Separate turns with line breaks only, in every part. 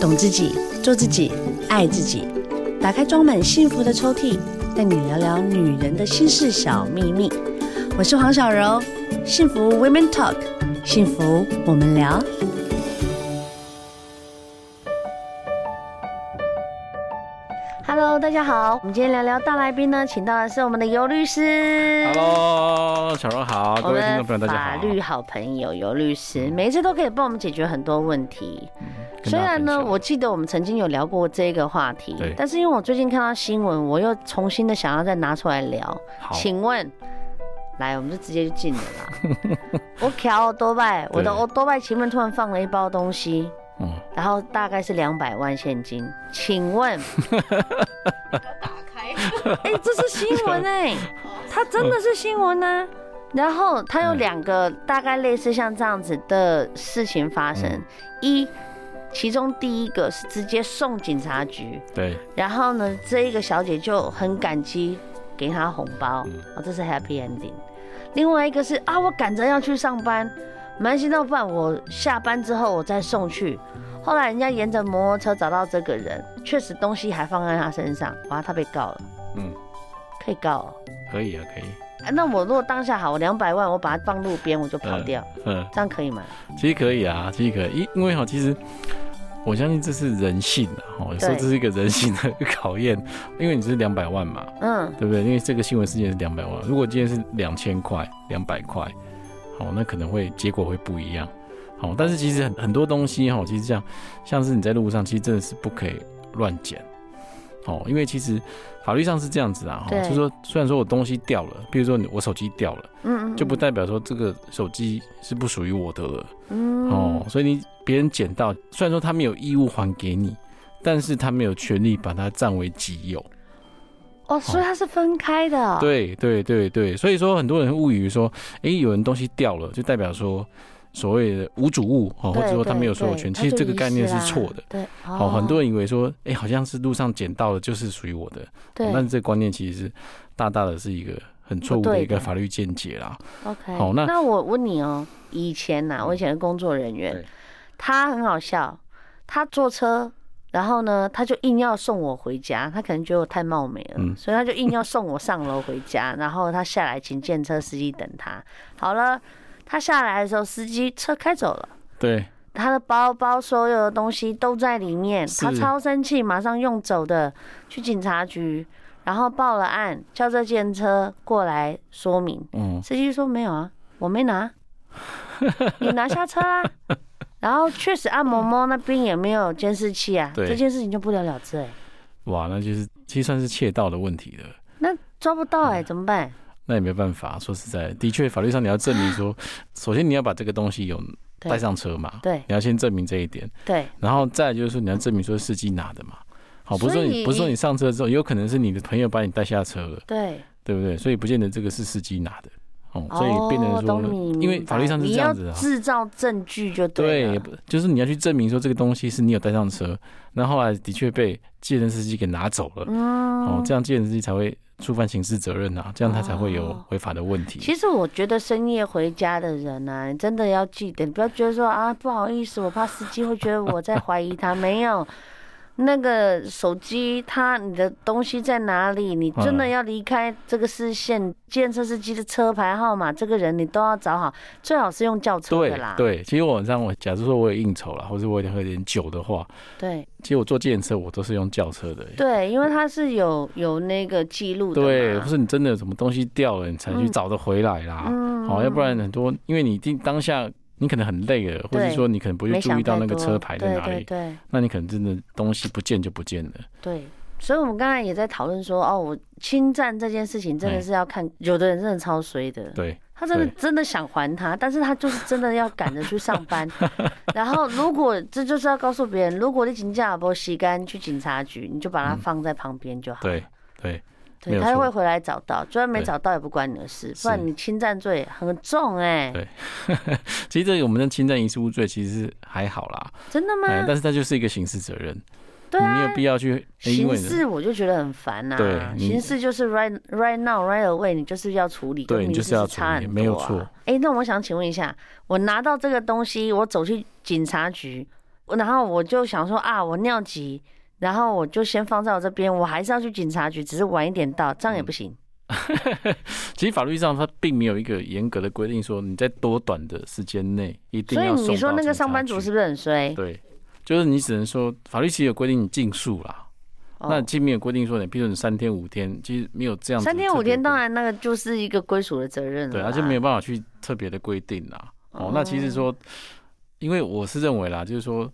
懂自己，做自己，爱自己。打开装满幸福的抽屉，带你聊聊女人的心事小秘密。我是黄小柔，幸福 Women Talk，幸福我们聊。Hello，大家好，我们今天聊聊大来宾呢，请到的是我们的尤律师。
Hello，小柔好，各
我
位听
的
众朋友大
法
家好。
律好朋友尤律师，每一次都可以帮我们解决很多问题。
跟
虽
大家
然
分
呢，
享
我记得我们曾经有聊过这个话题
对，
但是因为我最近看到新闻，我又重新的想要再拿出来聊。
好
请问，来，我们就直接就进了啦。 我调欧多拜，我的
对
欧多拜前面突然放了一包东西，
嗯，
然后大概是两百万现金。请问，
打开，
哎、这是新闻哎、 它真的是新闻呢、啊然后它有两个大概类似像这样子的事情发生，
嗯
一，其中第一个是直接送警察局，
对，
然后呢，这一个小姐就很感激，给她红包，
嗯
哦，这是 happy ending。另外一个是啊，我赶着要去上班，没关系，那不然我下班之后我再送去。后来人家沿着摩托车找到这个人，确实东西还放在他身上，哇，他被告了，
嗯，
可以告哦、
可以啊，可以。
啊那我如果当下好，我两百万，我把它放路边，我就跑掉，
嗯，
这样可以吗？
其实可以啊，其实可以，因因为哈，其实我相信这是人性啊，哦，有时候
对
这是一个人性的 考验，因为你是两百万嘛，
嗯，
对不对？因为这个新闻事件是两百万，如果今天是两千块、两百块，好，那可能会结果会不一样。好，但是其实很很多东西哈，其实像像是你在路上，其实真的是不可以乱捡。哦，因为其实法律上是这样子啊，哈，
对
就是说虽然说我东西掉了，比如说你我手机掉了，
嗯嗯，
就不代表说这个手机是不属于我的了。
嗯
哦，所以你别人捡到，虽然说他没有义务还给你，但是他没有权利把它占为己有。
哦，所以它是分开的哦、
对对对对，所以说很多人误以为说，诶，有人东西掉了，就代表说所谓的无主物哦，或
对，
者说他没有所有
对
权，
它
其实
就
这个
遗
概念
失
是
啦
错的。
对，
哦，很多人以为说，诶，好像是路上捡到的，就是属于我的，
对
但是这个观念其实是大大的是一个很错误
不对
的
的
一个法律见解啦。
OK，
好那嗯
我问你哦，以前呐、我以前的工作人员
对，
他很好笑，他坐车，然后呢，他就硬要送我回家，他可能觉得我太冒昧了，
嗯
所以他就硬要送我上楼回家，然后他下来请电车司机等他。好了，他下来的时候，司机车开走了。
对，
他的包包所有的东西都在里面，
是
他超生气，马上用走的去警察局，然后报了案，叫这件车过来说明。
嗯，
司机说没有啊，我没 拿，你拿下车啦。然后确实按摩摩那边也没有监视器啊，
对
这件事情就不了了之哎、
哇，那就是其实算是窃盗的问题了。
那抓不到哎、
嗯
怎么办？
那也没办法，说实在的，的确法律上你要证明说， 首先你要把这个东西有
对
带上车嘛，
对
你要先证明这一点。
对
然后再来就是说你要证明说司机拿的嘛。好，不是
所
说
以
你不是说你上车之后，有可能是你的朋友把你带下车了，
对，
对不对？所以不见得这个是司机拿的，哦，所以变
哦
成说
懂，你
因为
明
法律
白
上是
你
这
要
样子的、啊，
制造证据就
对，
了
也不就是你要去证明说这个东西是你有带上车，那后来的确被计程司机给拿走了，
嗯
哦，这样计程司机才会触犯刑事责任啊，这样他才会有
哦
违法的问题。
其实我觉得深夜回家的人呢、你真的要记得，你不要觉得说啊不好意思，我怕司机会觉得我在怀疑他。没有，那个手机他你的东西在哪里？你真的
嗯
要离开这个视线，建设司机的车牌号码，这个人你都要找好，最好是用轿车
对
的啦。
对，其实我晚上我假如说我有应酬啦，或者我有点喝点酒的话，
对
其实我坐计程车我都是用轿车的、欸。
对，因为他是有有那个记录的
对，
嘛。
或是你真的有什么东西掉了，你才去
嗯
找得回来啦。
嗯
好，要不然很多，因为你一定当下你可能很累了，或
对
者说你可能不
没
去注
想
意到
太
那个
多
车牌在
对
哪
对嗯
里，
对
那你可能真的东西不见就不见了。
对，所以我们刚才也在讨论说，哦，我侵占这件事情真的
哎
是要看，有的人真的超衰的，
对，
他真的
对
真的想还他，但是他就是真的要赶着去上 班。然后如果这就是要告诉别人，如果你请假不洗干去警察局，你就把它
嗯
放在旁边就好。
对，对，没
对，
有
他
错
会回来找到，就算没
对
找到也不关你的事，不然
是
你侵占罪很重哎、
对其实这个我们的侵占遗失物罪其实是还好啦，
真的
哎，
吗？
但是它就是一个刑事责任，
嗯对
你没
啊
有。必要去，哎因
刑
为你的
事我就觉得很烦呐、啊
对你
刑事就是 right right now right away，你就是要处理，
对
跟
你
民
就
事
是要
差
处理
很多、啊，
没有错。
哎、那我想请问一下，我拿到这个东西，我走去警察局，然后我就想说啊，我尿急，然后我就先放在我这边，我还是要去警察局，只是晚一点到，这样
嗯
也不行。
其实法律上它并没有一个严格的规定说你在多短的时间内一定
所以
要
你说
送到
那个
警察
上班族
局
是不是很衰？
对，就是你只能说法律其实有规定你竞速啦，那
哦，
既没有规定说你，譬如你三天五天，其实没有这样子
三天
特
五
别
天
的
当然那个就是一个归属的责任了
对，
啦。嗯
他就没有办法去特别的规定啦。哦，那其实说，因为我是认为啦，就是说，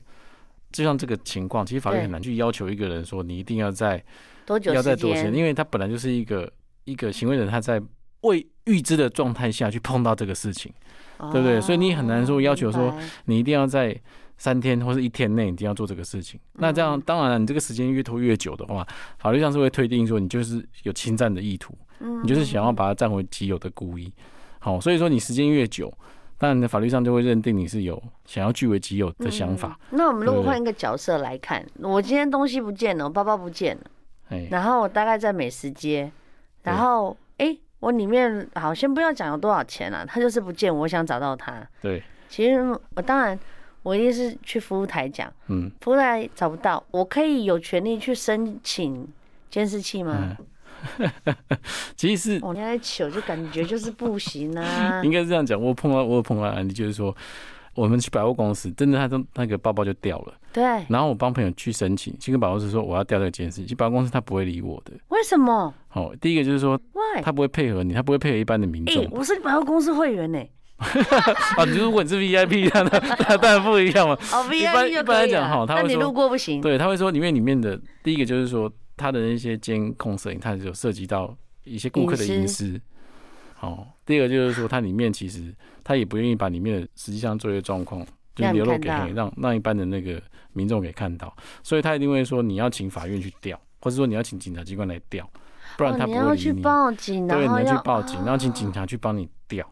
就像这个情况，其实法律
对
很难去要求一个人说你一定要在
多久
要在
时
多前，
间？
因为他本来就是一个一个行为人，他在未预知的状态下去碰到这个事情，对不对所以你很难说
哦
要求说
明白
你一定要在三天或是一天内一定要做这个事情。
嗯
那这样当然了，你这个时间越拖越久的话，法律上是会推定说你就是有侵占的意图。你就是
嗯
想要把它占回己有的故意。好，所以说你时间越久，当然法律上就会认定你是有想要据为己有的想法。
嗯那我们如果
对不对
换一个角色来看，我今天东西不见了，我包包不见了，
哎、
然后我大概在美食街，
对
然后哎、诶我里面好，先不要讲有多少钱了、它就是不见，我想找到它。
对，
其实我当然，我一定是去服务台讲，
嗯
服务台找不到，我可以有权利去申请监视器吗
嗯？，其实是。
我、哦、你在糗，就感觉就是不行啊
应该是这样讲。我碰到我有碰到的案例，就是说我们去百货公司，真的他的那个包包就掉了，
对，
然后我帮朋友去申请，去跟百货公司说我要调这个监视器，其实百货公司他不会理我的。
为什么
好、第一个就是说
？Why？
他不会配合你，他不会配合一般的民
哎、
众
我是百货公司会员呢、
啊。你如果你是 VIP，那那当然不一样嘛。
哦
一般
，VIP 就
一般
可
来
以
讲
了
哈。他
那
会
你
说
路过不行。
对，他会说里面里面的第一个就是说他的那些监控摄影，它有涉及到一些顾客的隐
隐
私。好，第二个就是说它里面其实他也不愿意把里面的实际上作业状况就
让你
流露
看
给
到
嘿让让一般的那个民众给看到，所以他一定会说你要请法院去调，或者说你要请警察机关来调，不然
哦
他不
你
会理
要去报警，
对，
然后
你要
要哦
去报警，然后请警察去帮你调，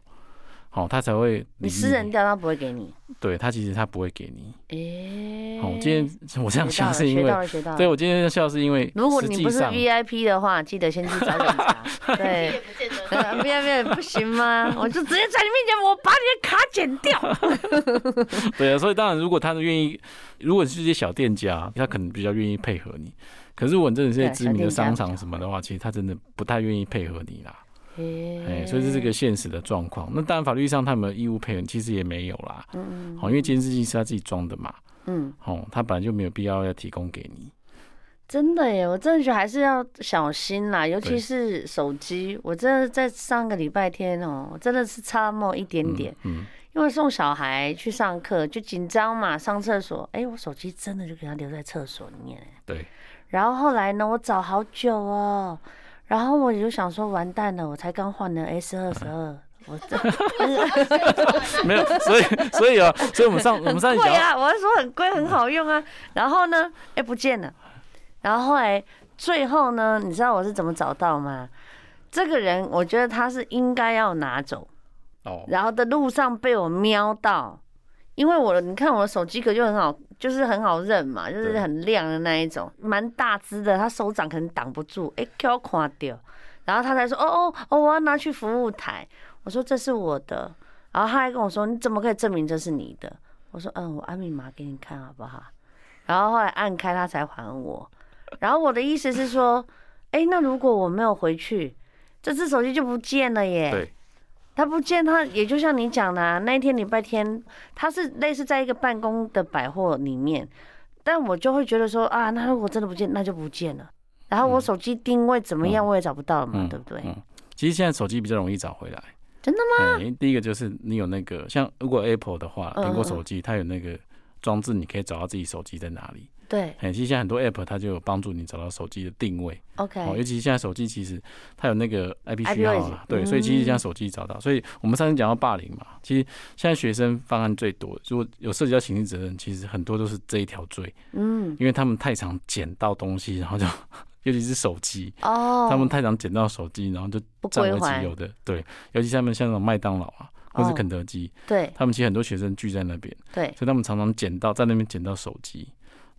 好，他才会理
你私人调他不会给你。
对他其实他不会给你。
诶，
好，今天我这样
学到
想
了，
是因
学
为
到了，学到
对，
了。
我今天笑是因为
嗯如果
实
你
际
不是
上
VIP 的话，记得先去找警察。
也
对。
不见得。
呃 VIP 不行 吗？我就直接在你面前，我把你的卡剪 掉。
对啊，所以当然，如果他愿意，如果是一些小店家，他可能比较愿意配合你。可是，如果你真的是一些
对
知名的
小店家
商
比较
场什么的话，其实他真的不太愿意配合你啦。哎、
哎
所以这是个现实的状况。那当然，法律上他们有义务配合，其实也没有啦。好，因为监视器是他自己装的嘛，
嗯，
哦，他本来就没有必要要提供给你。
真的耶，我真的觉得还是要小心啦，尤其
对
是手机。我真的在上个礼拜天哦，我真的是差那么一点点。
嗯，
因为送小孩去上课就紧张嘛，上厕所，哎、我手机真的就给他留在厕所里面、哎
对，
然后后来呢，我找好久哦，然后我就想说，完蛋了，我才刚换了 S 二十二，我这
没有，所以所以啊，所以我们上我们上一讲
贵
到，
啊，我是说很贵，很好用啊。然后呢，哎、不见了。然后后来最后呢，你知道我是怎么找到吗？这个人，我觉得他是应该要拿走，
哦，
然后的路上被我瞄到，因为我你看我的手机壳就很好，就是很好认嘛，就是
对
很亮的那一种，蛮大只的，他手掌可能挡不住，哎、给我垮掉，然后他才说，哦哦哦，我要拿去服务台，我说这是我的，然后他还跟我说，你怎么可以证明这是你的？我说，嗯，我按密码给你看好不好？然后后来按开他才还我，然后我的意思是说，哎、那如果我没有回去，这只手机就不见了耶。
对，
他不见他，也就像你讲的、啊，那一天礼拜天，他是类似在一个办公的百货里面，但我就会觉得说啊，那如果真的不见，那就不见了。然后我手机定位怎么样，
嗯
我也找不到了嘛，
嗯
对不对？
嗯其实现在手机比较容易找回来。
真的吗？
哎、第一个就是你有那个，像如果 Apple 的话，
嗯
苹果
嗯嗯
手机它有那个装置，你可以找到自己手机在哪里。
对
哎、其实现在很多 App 它就有帮助你找到手机的定位。哦，
，OK，
尤其现在手机其实它有那个 IP 序
IP
号
位置嗯
啊，对，所以其实现在手机找到。所以我们上次讲到霸凌嘛，其实现在学生方案最多，如果有涉及到刑事责任，其实很多都是这一条罪，
嗯，
因为他们太常捡到东西，然后就 尤其是手机，
哦，
他们太常捡到手机，然后就
不
占
归
为
还
己有的。对，尤其他们像那种麦当劳啊，或是
哦
肯德基，
对
他们其实很多学生聚在那边，
对，
所以他们常常捡到在那边捡到手机，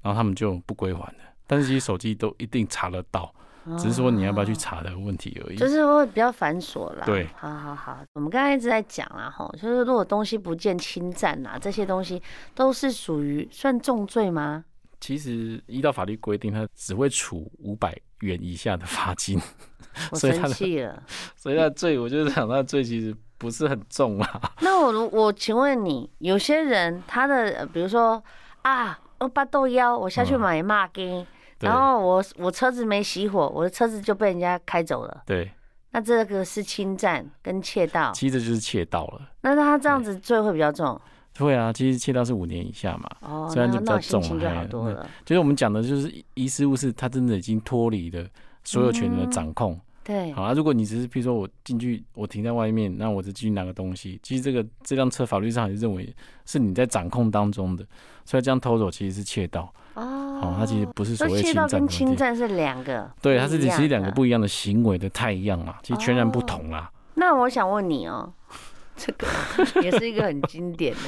然后他们就不归还了。但是其实手机都一定查得到，只是说你要不要去查的问题而已。
啊就是会比较繁琐啦。
对
好好好，我们刚才一直在讲啦，吼，就是如果东西不见侵占啦，这些东西都是属于算重罪吗？
其实依照法律规定，他只会处五百元以下的罚金，
我
所以他
生
的
气了。
所以他的罪，我就是想他的罪其实不是很重啦。
那我如我请问你，有些人他的呃比如说啊，我八豆腰，我下去
嗯
买骂给，
对
然后我我车子没熄火，我的车子就被人家开走了，
对，
那这个是侵占跟窃盗，
其实这就是窃盗了。
那他这样子罪会比较重
对啊，其实窃盗是五年以下嘛。
哦，
虽
那
然就比
那
较
我心
重
情就
哎
好多
那
了，
就是我们讲的，就是遗遗失物是他真的已经脱离了所有权人的掌控。
嗯对，
好啊，如果你只是譬如说我进去，我停在外面，那我只进去拿个东西，其实这个这辆车法律上还是认为是你在掌控当中的，所以这样偷走其实是窃盗。
哦
好、它其实不是所
所
谓
以
侵
窃盗
占
跟
的问
侵
题。
占是两个，
对，它是其实两
一样
个
的。
不一样的行为的太一样嘛，其实全然不
哦
同啊啦。
那我想问你 哦，这个也是一个很经典的。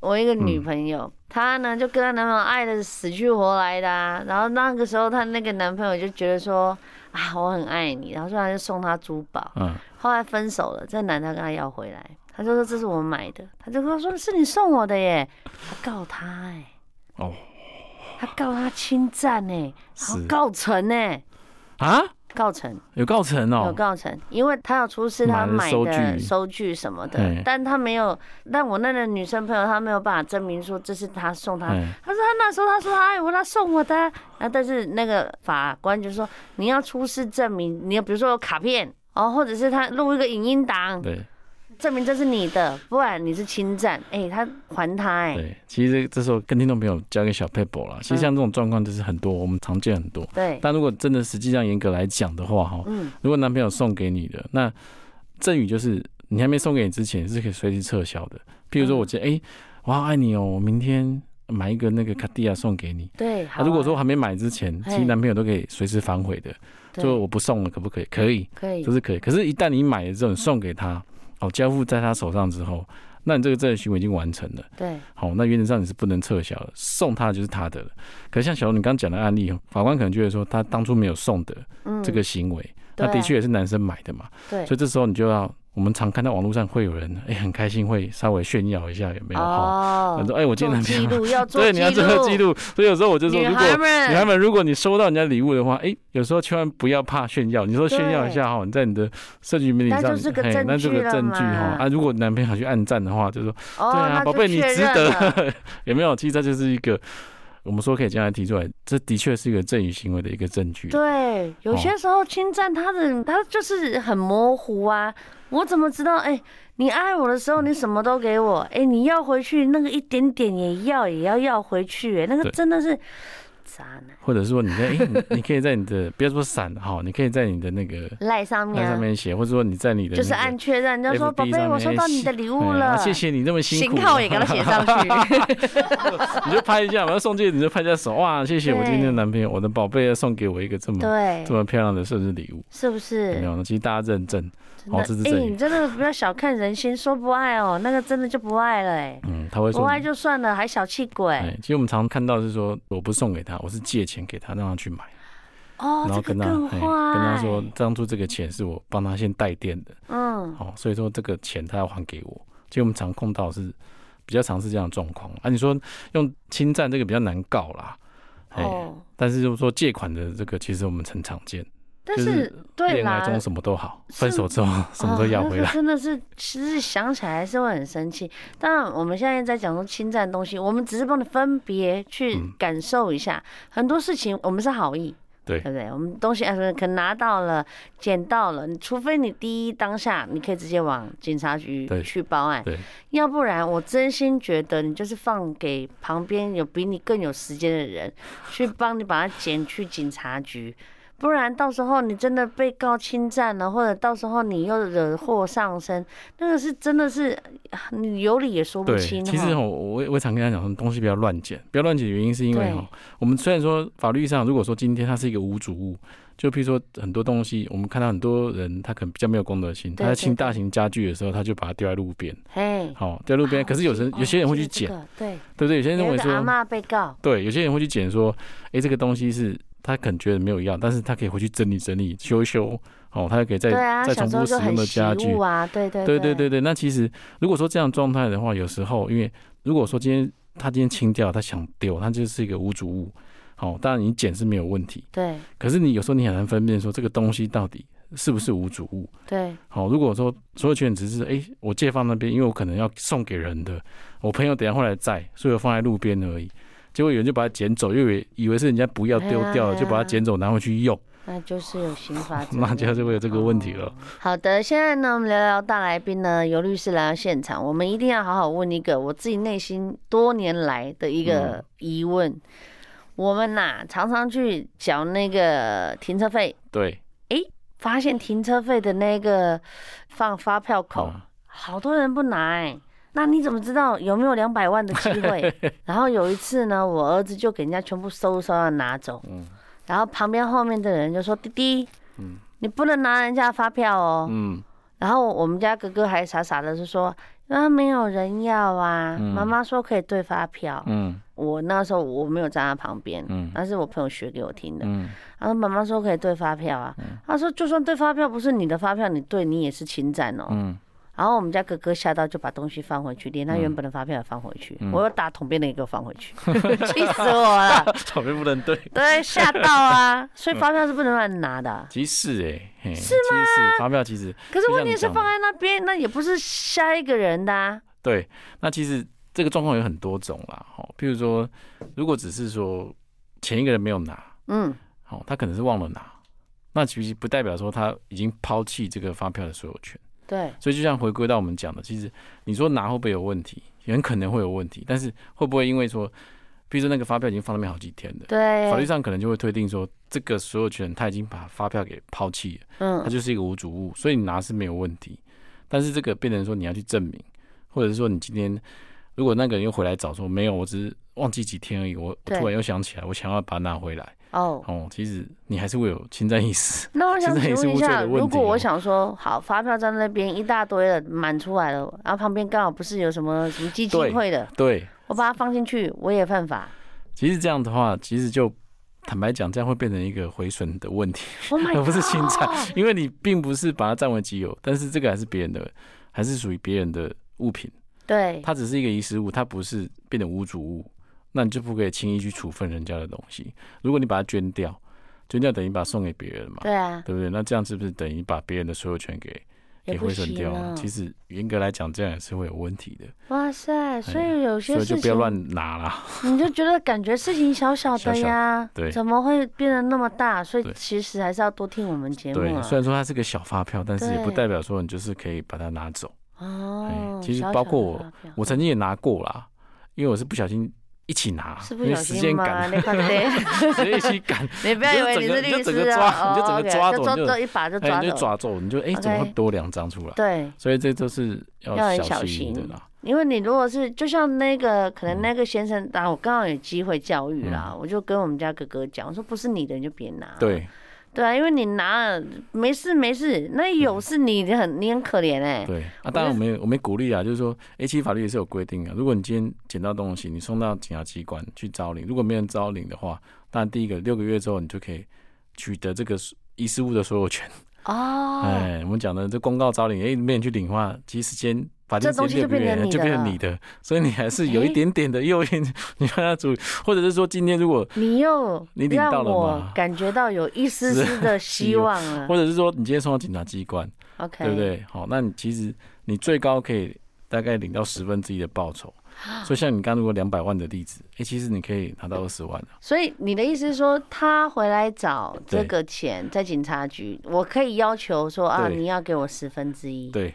我一个女朋
嗯
友，她呢就跟她男朋友爱的死去活来的、啊，然后那个时候她那个男朋友就觉得说啊我很爱你，然后所以他就送她珠宝，
嗯，
后来分手了，这男的跟她要回来，她就说这是我买的，她就跟我说是你送我的耶，她告他哎、
哦，
她告他侵占哎、然后
是
告成哎、
啊，
告成。
有告成
有
哦，
告成，因为他有出示他买
买的收
的
据
收据什么的
嘿，
但他没有，但我那个女生朋友她没有办法证明说这是他送他。
嗯，
他说他那时候他说他爱我，他送我的啊，然后但是那个法官就说你要出示证明，你要比如说有卡片哦，或者是他录一个影音档，
对
证明这是你的，不然你是侵占。哎，他还他哎，嗯
对，其实这这时候跟听众朋友交一个小 paper 啦，其实像这种状况就是很多，我们常见很多。
对，
但如果真的实际上严格来讲的话，哈，
嗯，
如果男朋友送给你的，那赠与就是你还没送给你之前是可以随时撤销的。譬如说，我
嗯
觉得哎、诶我好爱你哦，我明天买一个那个卡地亚送给你。
对。
啊，
好
如果说还没买之前，
嘿
其实男朋友都可以随时反悔的，就
对
我不送了，可不可以？可以，
可以
这，是可以。可是，一旦你买了之后，你送给他，哦，交付在他手上之后，那你这个赠与行为已经完成了。
对
好，那原则上你是不能撤销的，送他的就是他的了。可是像小龙你刚刚讲的案例哦，法官可能觉得说他当初没有送的
嗯
这个行为，
对
那
啊
的确也是男生买的嘛，
对
所以这时候你就要，我们常看到网络上会有人哎、很开心，会稍微炫耀一下有没有哈？
哦
反正哎我今天
做
男朋友
记录要做
对，你要做记录。所以有时候我就说，
女
如果
孩们，
女孩们，如果你收到人家礼物的话，哎、有时候千万不要怕炫耀。你说炫耀一下哈，你在你的社群媒体
那
上，
就是个
嘿
证
那这
据
个
了
证据
嘛
哈啊，如果男朋友去暗赞的话，就说
哦，
对啊，
那
宝
就
贝，你
确
值
认 了。
得，有没有？其实这就是一个，我们说可以将来提出来，这的确是一个赠与行为的一个证据。
对，
哦
有些时候侵占他的，他就是很模糊啊。我怎么知道？哎、你爱我的时候，你什么都给我。哎、你要回去那个一点点也要，也要要回去、哎，那个
对
真的是渣男。
或者说你在，诶你你可以在你的，不要说闪哈，你可以在你的那个
赖上面
那
啊、
上面写，或者说你在你的
就是按确认，就说
FB
宝贝，
上
我收
面
到你的
写
礼
那个
物
哎呀
了，
谢谢你那么辛苦，
型号也给他写上去。
你就拍一下，我要送戒指你就拍一下手，哇，谢谢我今天的男朋友，我的宝贝要送给我一个这么
对
这，么漂亮的生日礼物，
是不
有
是
没？有？那其实大家认证，
真
哦这是
的，哎
正义
你真的不要小看人心，说不爱哦，那个真的就不爱了、哎。
嗯，他会
不
说
爱就算了，还小气鬼
哎，其实我们常看到是说，我不送给他，我是借钱给他，让他去买。
哦，
然
这
后
个
跟他、
更
嘿
坏。
跟他说，当初这个钱是我帮他先带垫的，
嗯，
哦，所以说这个钱他要还给我。其实我们常碰到是比较常是这样的状况啊。你说用侵占这个比较难告啦，哎、
哦，
但是就是说借款的这个，其实我们很常见，
但
就是
对
恋爱
啦，
中什么都好，
是
分手之后什么都要
哦
回
那
来
个。 真的是，其实想起来还是会很生气。当然，我们现在在讲说侵占东西，我们只是帮你分别去
嗯
感受一下，很多事情我们是好意。
对
对不对？我们东西哎，可能拿到了、捡到了，你除非你第一当下你可以直接往警察局
对
去报案，
对
要不然我真心觉得你就是放给旁边有比你更有时间的人去帮你把它捡去警察局，不然到时候你真的被告侵占了，或者到时候你又惹祸上身，那个是真的是啊你有理也说不
对，
清。
其实
哈
哦我我我常跟他讲说，东西不要乱捡，不要乱捡。原因是因为
对
哈，我们虽然说法律上，如果说今天它是一个无主物，就譬如说很多东西，我们看到很多人他可能比较没有公德心，
对
他在
对
清
对
大型家具的时候，他就把它丢在路边，
嘿，
好丢在路边。可是有人
哦
有些人会去
就是这
捡，
个对，
对不对？有些人认
有
为
一个阿
说，
嬷被告，
对，有些人会去捡说，哎，这个东西是他可能觉得没有要，但是他可以回去整理整理、修一修，哦，他就可以再、
对啊，
再
小
重
时候就
复使用
很
的
习
家具。
物啊，对对对
对对对对，那其实如果说这样状态的话，有时候因为如果说今天他今天清掉，他想丢，他就是一个无主物。好、当然你捡是没有问题，
对
可是你有时候你很难分辨说这个东西到底是不是无主物。
对
好、如果说所有权只是哎、诶我借放那边，因为我可能要送给人的，我朋友等一下会来载，所以我放在路边而已。结果有人就把它捡走，因为以为是人家不要丢掉
哎
了，
呀
就把它捡走拿回去用，
那就是有刑法责任，
那就是会有这个问题了。
好的，现在呢，我们聊聊大来宾呢，由律师来到现场，我们一定要好好问一个我自己内心多年来的一个
嗯
疑问。我们呐、常常去缴那个停车费，
对，
发现停车费的那个放发票口，
啊
好多人不拿哎、那你怎么知道有没有两百万的机 会？然后有一次呢，我儿子就给人家全部收一收要拿走，
嗯
然后旁边后面的人就说：“弟弟，
嗯
你不能拿人家的发票哦。
嗯
然后我们家哥哥还傻傻的就说：“啊，没有人要啊，
嗯
妈妈说可以兑发票。
嗯
我那时候我没有站在旁边，
嗯
那是我朋友学给我听的。
嗯，
他说：“妈妈说可以兑发票啊。他说：“就算兑发票不是你的发票，你兑你也是侵占哦。
嗯
然后我们家哥哥吓到，就把东西放回去，连他原本的发票也放回去。
嗯
我又打桶边的也给我放回 去，气死我了！
草莓不能对，
对，吓到啊！所以发票是不能乱拿的啊、
其实哎、欸，是吗？其实发票其实
可是问题
就是像你讲的
放在那边，那也不是下一个人的、啊。
对，那其实这个状况有很多种啦，好、譬如说，如果只是说前一个人没有拿，
嗯，
好、他可能是忘了拿，那其实不代表说他已经抛弃这个发票的所有权。
对。”
所以就像回归到我们讲的，其实你说拿会不会有问题，很可能会有问题，但是会不会因为说，譬如说那个发票已经放那边好几天了，
对，
法律上可能就会推定说，这个所有权人他已经把发票给抛弃了。它
嗯，
就是一个无主物，所以你拿是没有问题。但是这个变成说你要去证明，或者是说你今天如果那个人又回来找说没有，我只是忘记几天而已，我我
对
突然又想起来，我想要把它拿回来。
哦，
哦，其实你还是会有侵占意识。
那我想
其
请
实也是
问一
无罪
下，
的问
如
题
果我
哦
想说，好，发票在那边一大堆了，满出来了，然后旁边刚好不是有什么什么基金
对
会的，
对，
我把它放进去，我也犯 法。
其实这样的话，其实就坦白讲，这样会变成一个毁损的问题，
Oh
而
my
不
god！
是侵占，
哦
因为你并不是把它占为己有，但是这个还是别人的，还是属于别人的物品。
对，
它只是一个遗失物，它不是变成无主物，那你就不可以轻易去处分人家的东西。如果你把它捐掉，捐掉等于把它送给别人嘛，
对啊，
对不对？那这样是不是等于把别人的所有权给
也
给
不
毁损
行
掉
啊
了？。其实严格来讲，这样也是会有问题的，
哇塞，所以有
哎所
些
以就
事
不要
情，
乱拿啦。
你就觉得感觉事情小小
小
的
小
呀，
对
怎么会变得那么大？所以
对
其实还是要多听我们节目
对，
啊
虽然说它是个小发票，但是也不
对
代表说你就是可以把它拿走。
哦，
哎其实
小
包
小
括
的发票
我曾经也拿过啦，因为我是不小心一起拿，
是
因
不
为
小
时
心
间
吗？
赶，
那块对。
时间一起 赶，
你不要以为你是律
你就整
师
个
啊，
你就整个抓
哦
你就
OK，
整个抓走你就
抓一把就
哎，
抓
你就
走。
抓走，你就哎、
OK
怎么会多两张出来？
对，
所以这都是要
要很小
小心的
心
啦。
因为你如果是就像那个可
嗯
能那个先生，啊，我刚好有机会教育啦，我就跟我们家哥哥讲，我说不是你的你就别拿。
对嗯
对啊，因为你拿了没事没事，那有事你很你很可怜哎。
对啊，当然我们也我们也鼓励啊，就是说，哎、其实法律也是有规定啊。如果你今天捡到东西，你送到警察机关去招领，如果没人招领的话，当然第一个六个月之后你就可以取得这个遗失物的所有权。
哦，
哎，我们讲的这公告招领，哎、没人去领的话，其实时间。法定
这东
时
西
间六
就变
个月
成你
就变成
的
你的，所以你还是有一
哎
点点的诱因，你让他主，或者是说今天如果
你又
你领到
让
了
我
吗
感觉到有一丝 丝的希望了
或。者是说你今天送到警察机关，
OK，
对不？对？好，那你其实你最高可以大概领到十分之一的报酬，
啊
所以像你刚刚如果两百万的例子，哎、其实你可以拿到二十万啊
所以你的意思是说，他回来找这
对
个钱在警察局，我可以要求说啊，
对
你要给我十分之一。
对，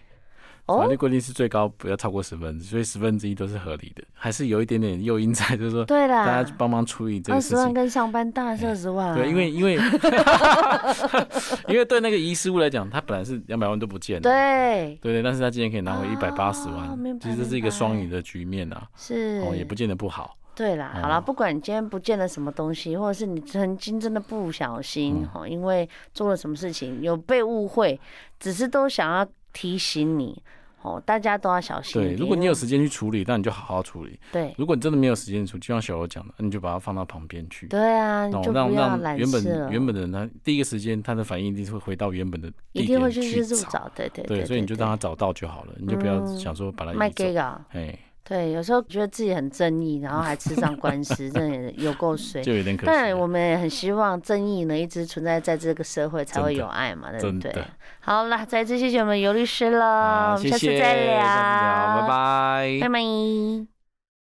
法
哦
律，规定是最高不要超过十分之，所以十分之一都是合理的，还是有一点点诱因在，就是说
对
大
啦
家去，帮忙处理这
二
个事
十万
情。哎
跟上班当然是二十万、啊。
对，因为因为因为对那个遗失物来讲，他本来是两百万都不见了，
对
对对，但是他今天可以拿回一百八十
哦
万
明，白
其实这是
明
一
白
个双赢的局面啊，
是
哦，也不见哦得不好。
对啦。好啦，不管你今天不见了什么东西，或者是你曾经真的不小心
嗯
哈、因为做了什么事情有被误会，只是都想要提醒你。哦，大家都要小心。
对，如果你有时间去处理，那你就好好处理；
对
如果你真的没有时间处理，就像小欧讲的，那你就把它放到旁边去。
对啊，你
然
就
后
不
哦让
要
让
懒
原
事
本
了，
原本的人他第一个时间他的反应一定是会回到原本的
一
地
定会
点
去
去
自助找，对对
对，所以你就让他找到就好了，你就不要
嗯
想说把它
卖
移走
给。啊。
哎，
对，有时候觉得自己很正义，然后还吃上官 司，真的有够衰。
就有点可惜
当然，
了。
我们也很希望正义呢一直存在在这个社会，才
真
会
的
有爱嘛，对
真
不对
的？
好啦，再次谢谢我们尤律师了，
好
我们
谢
下次再
谢，下次聊，拜
拜
拜。
拜。